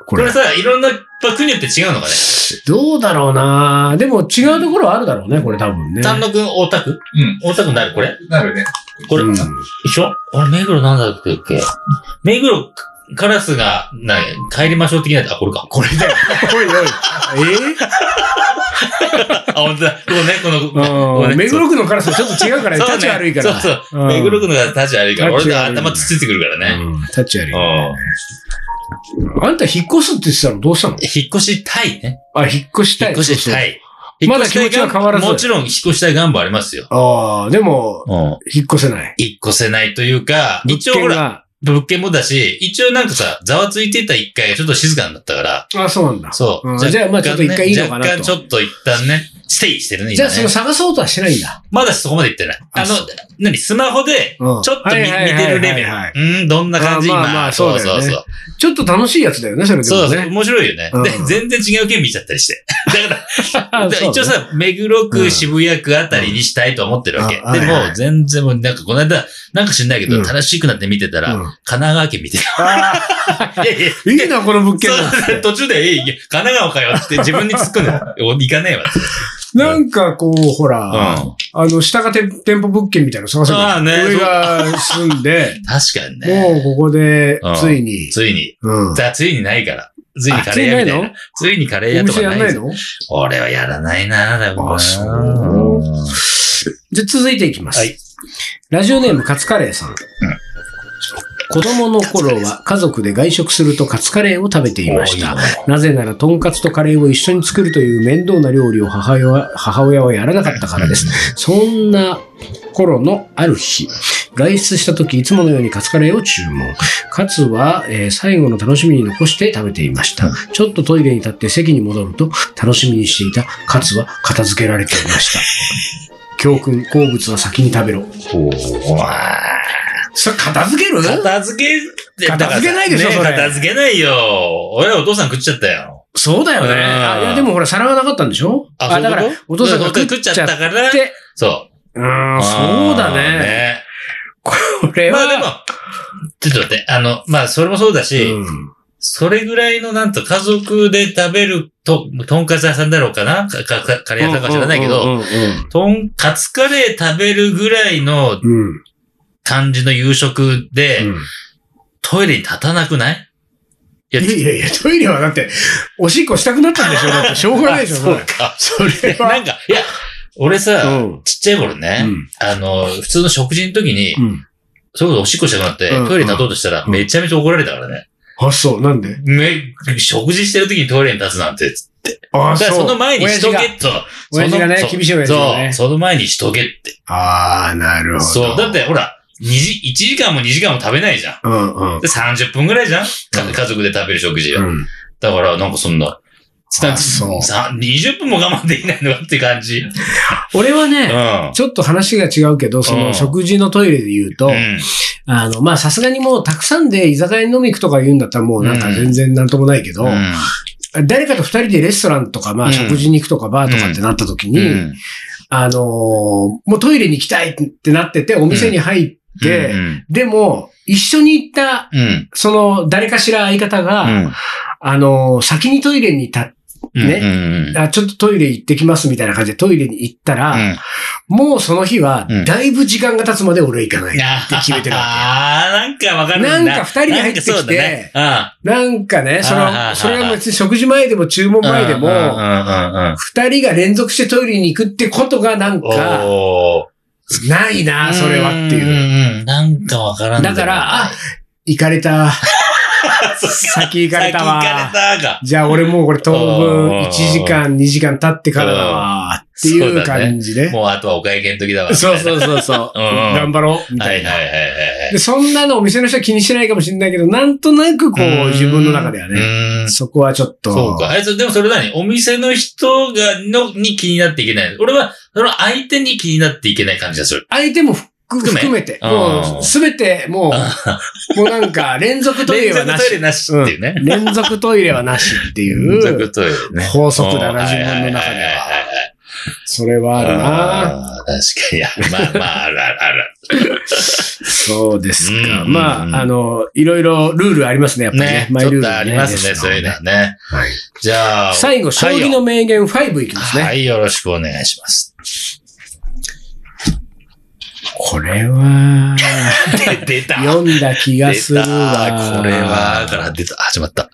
Speaker 1: こ
Speaker 2: こ
Speaker 1: れ
Speaker 2: れ。さ、いろんな国によって違うのかね。
Speaker 1: どうだろうなでも違うところはあるだろうね、これ多分ね。
Speaker 2: 丹野君、大田区
Speaker 3: うん。
Speaker 2: 大田区になるこれ
Speaker 3: なるね。
Speaker 2: これ、
Speaker 1: うん
Speaker 2: でしょあれ、目黒なんだっけ目黒、カラスが、な、帰りましょう的なやつ。あ、これか。これだよ。
Speaker 1: おいおい。
Speaker 2: あ、本当だ。このね、この、
Speaker 1: え
Speaker 2: ごめん
Speaker 1: うん。目黒区のカラスはちょっと違うから、ね、
Speaker 2: そうね
Speaker 1: 立ち悪いから。
Speaker 2: そうそうう。
Speaker 1: ん
Speaker 2: 目黒区のが立ち悪いから、俺
Speaker 1: 立ち悪い
Speaker 2: が頭つついてくるからね。
Speaker 1: うん立ち悪い
Speaker 2: うん。。
Speaker 1: あんた引っ越すって言ってたのどうしたの
Speaker 2: 引っ越したいね。
Speaker 1: あ、引っ越した
Speaker 2: 引
Speaker 1: い。
Speaker 2: っ越した
Speaker 1: い。
Speaker 2: い。
Speaker 1: まだ気持ちは変わらず
Speaker 2: もちろん引っ越したい願望ありますよ。
Speaker 1: ああ、でも、
Speaker 2: うん。
Speaker 1: 引っ越せない。
Speaker 2: 引っ越せないというか、一応
Speaker 1: 物件
Speaker 2: ほら、
Speaker 1: が
Speaker 2: 物件もだし、一応なんかさ、ざわついてた一回がちょっと静かになったから、
Speaker 1: あ、そうなんだ。
Speaker 2: そう。
Speaker 1: うん
Speaker 2: 若干
Speaker 1: じゃあまあちょっと一回いいのかなと
Speaker 2: 若干ちょっと一旦ね、ステイしてるね、
Speaker 1: じゃあ、
Speaker 2: 今
Speaker 1: その
Speaker 2: ね。
Speaker 1: 探そうとはしてないんだ。
Speaker 2: まだそこまで行ってない。
Speaker 1: あ
Speaker 2: あの
Speaker 1: そう、
Speaker 2: 何スマホで、ち
Speaker 1: う
Speaker 2: ょ
Speaker 1: ん
Speaker 2: っと見
Speaker 1: はいはいは
Speaker 2: 見
Speaker 1: いはい
Speaker 2: てるレベル。
Speaker 1: はい
Speaker 2: うん、どんな感じ
Speaker 1: あ
Speaker 2: 今。
Speaker 1: まあまあそうだよね
Speaker 2: そうそう。
Speaker 1: ちょっと楽しいやつだよね、それで
Speaker 2: そう
Speaker 1: も
Speaker 2: そう、
Speaker 1: ね。
Speaker 2: 面白いよね。
Speaker 1: うん
Speaker 2: で、全然違う県見ちゃったりして。だから、
Speaker 1: あ
Speaker 2: だから
Speaker 1: そう
Speaker 2: 一応さ、目黒
Speaker 1: うん
Speaker 2: 区、渋谷区あたりにしたいと思ってるわけ。
Speaker 1: うんあ
Speaker 2: で
Speaker 1: はいは
Speaker 2: も、
Speaker 1: い
Speaker 2: 全然もう、なんかこの間、なんか知んないけ
Speaker 1: う
Speaker 2: ど、
Speaker 1: ん
Speaker 2: 楽しくなって見てたら、
Speaker 1: うん
Speaker 2: 神奈川県見て
Speaker 1: あ
Speaker 2: た。 <laughs> いやいや
Speaker 1: ーいいな、この物件だ。
Speaker 2: そう途中で、えい、神奈川かよって自分に突っ込んで、お行かねえわ。
Speaker 1: なんかこう、ほら、
Speaker 2: うん。
Speaker 1: あの、下がて店舗物件みたいなの探せばいい
Speaker 2: ああね
Speaker 1: 上が住んで、
Speaker 2: 確かに <laughs> ね。
Speaker 1: もうここで
Speaker 2: うん、
Speaker 1: ついに、
Speaker 2: ついに。
Speaker 1: うん。
Speaker 2: じゃあついにないから。ついにカレー屋みたいな。ついにカレー
Speaker 1: お
Speaker 2: 屋と
Speaker 1: 店
Speaker 2: か
Speaker 1: や
Speaker 2: なんい
Speaker 1: ない
Speaker 2: ぞ。
Speaker 1: の
Speaker 2: 俺はやらないな、だも
Speaker 1: あそう
Speaker 2: う。
Speaker 1: じゃ、続いていきます。
Speaker 2: はい
Speaker 1: ラジオネーム、カツカレーさん。子供の頃は家族で外食するとカツカレーを食べていました
Speaker 2: おーい。
Speaker 1: なぜなら、とんかつとカレーを一緒に作るという面倒な料理を母親は母親はやらなかったからです。そんな頃のある日、外出した時、いつものようにカツカレーを注文。カツは、えー最後の楽しみに残して食べていました。ちょっとトイレに立って席に戻ると、楽しみにしていたカツは片付けられていました。教訓、好物は先に食べろ。
Speaker 2: ほー
Speaker 1: それ片付ける
Speaker 2: 片付けって、
Speaker 1: 片付けないでしょ
Speaker 2: ね
Speaker 1: それ
Speaker 2: 片付けないよ。俺らお父さん食っちゃったよ。
Speaker 1: そうだよね。
Speaker 2: うん
Speaker 1: あいや、でもほら、皿がなかったんでしょ
Speaker 2: あ、そう
Speaker 1: だ
Speaker 2: い
Speaker 1: から
Speaker 2: うこ、
Speaker 1: お
Speaker 2: と
Speaker 1: 父さんが
Speaker 2: お父
Speaker 1: 食っちゃっ
Speaker 2: 食
Speaker 1: て
Speaker 2: っ。たから、そ
Speaker 1: ー
Speaker 2: う
Speaker 1: ん、
Speaker 2: う。
Speaker 1: そうだね。これ
Speaker 2: あーねま
Speaker 1: は。
Speaker 2: あでも、ちょっと待って、あの、まあそれもそうだし、
Speaker 1: うん
Speaker 2: それぐらいの、なんと、家族で食べると、とんかつ屋さんだろうかなかかかカレー屋さんか知らないけ
Speaker 1: う
Speaker 2: ど、
Speaker 1: んうんうん
Speaker 2: とんかつカレー食べるぐらいの
Speaker 1: うん。うん
Speaker 2: 感じの夕食で、
Speaker 1: うん
Speaker 2: トイレに立たなくないいや
Speaker 1: いやいやいや、トイレはだって、おしっこしたくなったん
Speaker 2: <laughs>
Speaker 1: でしょだって、しょうがないでしょ、
Speaker 2: あ
Speaker 1: そ
Speaker 2: そう
Speaker 1: れ。<laughs>
Speaker 2: か。
Speaker 1: それ
Speaker 2: な
Speaker 1: は。
Speaker 2: んか、いや、俺さ、
Speaker 1: うん
Speaker 2: ちっちゃい頃ね、
Speaker 1: うん
Speaker 2: あの、普通の食事の時に、
Speaker 1: うん。
Speaker 2: そういうことおしっこしたくなって、
Speaker 1: うん
Speaker 2: トイレに立とうとしたら、
Speaker 1: うん
Speaker 2: めちゃめちゃ怒られたからね。
Speaker 1: あ、そう、なんで
Speaker 2: め、食事してる時にトイレに立つなんて、
Speaker 1: あ、
Speaker 2: だから
Speaker 1: そう。
Speaker 2: その前にしとけと。
Speaker 1: 親父がね
Speaker 2: その
Speaker 1: 厳しい親父がね
Speaker 2: そう、その前にしとけって。
Speaker 1: ああ、なるほど。
Speaker 2: そう。だっ。てほら、2時、1時間も2時間も食べないじゃん。
Speaker 1: うんうん。
Speaker 2: で、30分ぐらいじゃんか家族で食べる食事
Speaker 1: う
Speaker 2: は。
Speaker 1: ん。
Speaker 2: だから、なんかそんな、
Speaker 1: あそう
Speaker 2: さ20分も我慢できないのかって感
Speaker 1: <laughs>
Speaker 2: じ。うん。
Speaker 1: 俺はね、
Speaker 2: う
Speaker 1: ちょっと話が違うけど、そうの
Speaker 2: ん
Speaker 1: 食事のトイレで言うと、
Speaker 2: ん。
Speaker 1: あの、まあ、さすがにもうたくさんで居酒屋に飲み行くとか言うんだったらもうなんか全然なんともないけど、
Speaker 2: うん
Speaker 1: 誰かと二人でレストランとか、ま
Speaker 2: う
Speaker 1: あ、
Speaker 2: ん
Speaker 1: 食事に行くとかバーとかってなった時に、
Speaker 2: うん
Speaker 1: あのーもうトイレに行きたいってなってて、お店に入って、
Speaker 2: うん
Speaker 1: でも、一緒に行った、
Speaker 2: うん。
Speaker 1: その、誰かしら相方が、
Speaker 2: うん
Speaker 1: あのー先にトイレに立っね、あ、ちょっとトイレ行ってきますみたいな感じでトイレに行ったら、もうその日は
Speaker 2: うん、
Speaker 1: だいぶ時間が経つまで俺は行かない。
Speaker 2: って
Speaker 1: 決めてるわけ
Speaker 2: ああ、なんかわかる
Speaker 1: なんか二人で入ってきて
Speaker 2: なんかそうだねう
Speaker 1: なんかね、そ
Speaker 2: あーはいはいは
Speaker 1: の、
Speaker 2: い
Speaker 1: それは別に食事前でも注文
Speaker 2: ん
Speaker 1: 前で
Speaker 2: うんう
Speaker 1: も、
Speaker 2: んうんうん
Speaker 1: 二人が連続してトイレに行くってことがなんか、
Speaker 2: お
Speaker 1: ないな、それはっていう。
Speaker 2: いうん。なんかわからん。
Speaker 1: だから、あ、行かれ
Speaker 2: <laughs>
Speaker 1: た。先行かれたわ。
Speaker 2: 先行かれたが。
Speaker 1: じゃあ俺もうこれ当分
Speaker 2: あー
Speaker 1: 1時間2時間経ってからだわっていう感じね。
Speaker 2: もうあとはお会計の時だわ。
Speaker 1: そうそうそうそう。
Speaker 2: うんうん
Speaker 1: 頑張ろう。み
Speaker 2: は
Speaker 1: た
Speaker 2: い
Speaker 1: いな。
Speaker 2: はいはいはいはい。
Speaker 1: でそんなのお店の人は気にしてないかもしれないけど、なんとなくこう自分の中ではね、
Speaker 2: ね
Speaker 1: そこはちょっと。
Speaker 2: そうか。あれ、それでもそれ何お店の人が、の、に気になっていけない。俺は、その相手に気になっていけない感じがする。
Speaker 1: 相手も含
Speaker 2: 含め
Speaker 1: 含めて、
Speaker 2: うん
Speaker 1: もうすべてもう、もうなんか連続トイレはな
Speaker 2: 連続ト
Speaker 1: し。
Speaker 2: イ <laughs> レなしっていうね。
Speaker 1: 連続トイレはなしって
Speaker 2: 連
Speaker 1: いう
Speaker 2: 続トイレね。
Speaker 1: 法則だな、
Speaker 2: うん
Speaker 1: 自分の中では。
Speaker 2: いいいい
Speaker 1: それはあるな。
Speaker 2: あー確かにある。まあまあ、あるあるある。
Speaker 1: そうですか。
Speaker 2: うん
Speaker 1: ま
Speaker 2: うん
Speaker 1: あ、あの、いろいろルールありますね、やっぱりね
Speaker 2: ね。。
Speaker 1: マ
Speaker 2: ち
Speaker 1: イ
Speaker 2: ょ
Speaker 1: ル
Speaker 2: っ
Speaker 1: ール
Speaker 2: とありますね、
Speaker 1: です
Speaker 2: そう
Speaker 1: の
Speaker 2: い
Speaker 1: で
Speaker 2: うのはね。
Speaker 1: はい
Speaker 2: じゃあ、
Speaker 1: 最後、将棋の名言5いきます
Speaker 2: は
Speaker 1: ね。
Speaker 2: い、よろしくお願いします。
Speaker 1: これは、
Speaker 2: <laughs> 出た。
Speaker 1: 読んだ気がす
Speaker 2: 出
Speaker 1: る
Speaker 2: た。
Speaker 1: わ。
Speaker 2: これは、から出た。始まった。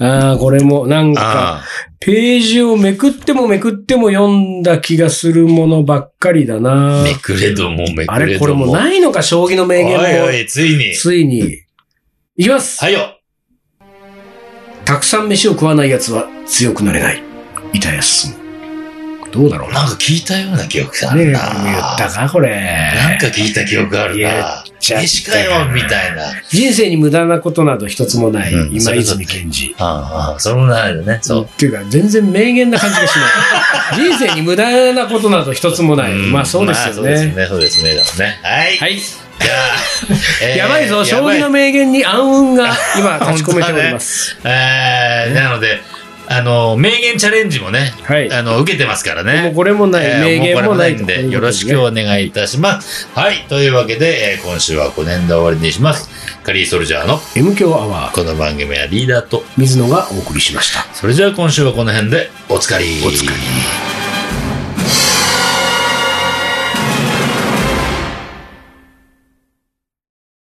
Speaker 1: ああ、これも、なんか、
Speaker 2: あ
Speaker 1: ページをめくってもめくっても読んだ気がするものばっかりだ
Speaker 2: あ
Speaker 1: な。
Speaker 2: めくれども、め
Speaker 1: あ
Speaker 2: く
Speaker 1: れ、
Speaker 2: れ
Speaker 1: これ
Speaker 2: ども。
Speaker 1: もうないのか、将棋の名言も。
Speaker 2: おいおい、ついに。
Speaker 1: ついに。いきます、
Speaker 2: はいよ。
Speaker 1: たくさん飯を食わない奴は強くなれない。板安。どうだろうな。
Speaker 2: なんか聞いたような記憶があ
Speaker 1: ねえ、
Speaker 2: る
Speaker 1: 言
Speaker 2: な。
Speaker 1: ったか、これ。
Speaker 2: なんか聞いた記憶がある
Speaker 1: 言
Speaker 2: な。
Speaker 1: っちゃった
Speaker 2: 飯かよ、みたいな。
Speaker 1: 人生に無駄なことなど一つもない、
Speaker 2: うん
Speaker 1: 今泉健二。
Speaker 2: ああ、そのなるね。そう。
Speaker 1: っていうか、全然名言な感じがし
Speaker 2: <laughs>
Speaker 1: ない。人生に無駄なことなど一つもない。
Speaker 2: ん
Speaker 1: まあそうですよ
Speaker 2: まあそうです
Speaker 1: ね。
Speaker 2: ね。そうですね。だもんね。はい。
Speaker 1: はい。
Speaker 2: じゃあ、えー
Speaker 1: やばいぞ、将棋の名言に暗雲が今
Speaker 2: <laughs>
Speaker 1: 立ち込めております。
Speaker 2: やばいえーなので、あの、名言チャレンジもね、
Speaker 1: はい。
Speaker 2: あの、受けてますから
Speaker 1: もう
Speaker 2: ね。
Speaker 1: これもない、
Speaker 2: えー
Speaker 1: 名言もない
Speaker 2: もうこれも
Speaker 1: と
Speaker 2: ない
Speaker 1: うんこと
Speaker 2: で、
Speaker 1: で
Speaker 2: よろしくお願いいたします。はい。というわけで、えー今週はこの辺で終わりにします。カリーソルジャーの
Speaker 1: M 強アワー、
Speaker 2: この番組はリーダーと、
Speaker 1: 水野がお送りしました。
Speaker 2: それじゃあ今週はこの辺で、おつかり。
Speaker 1: おつかり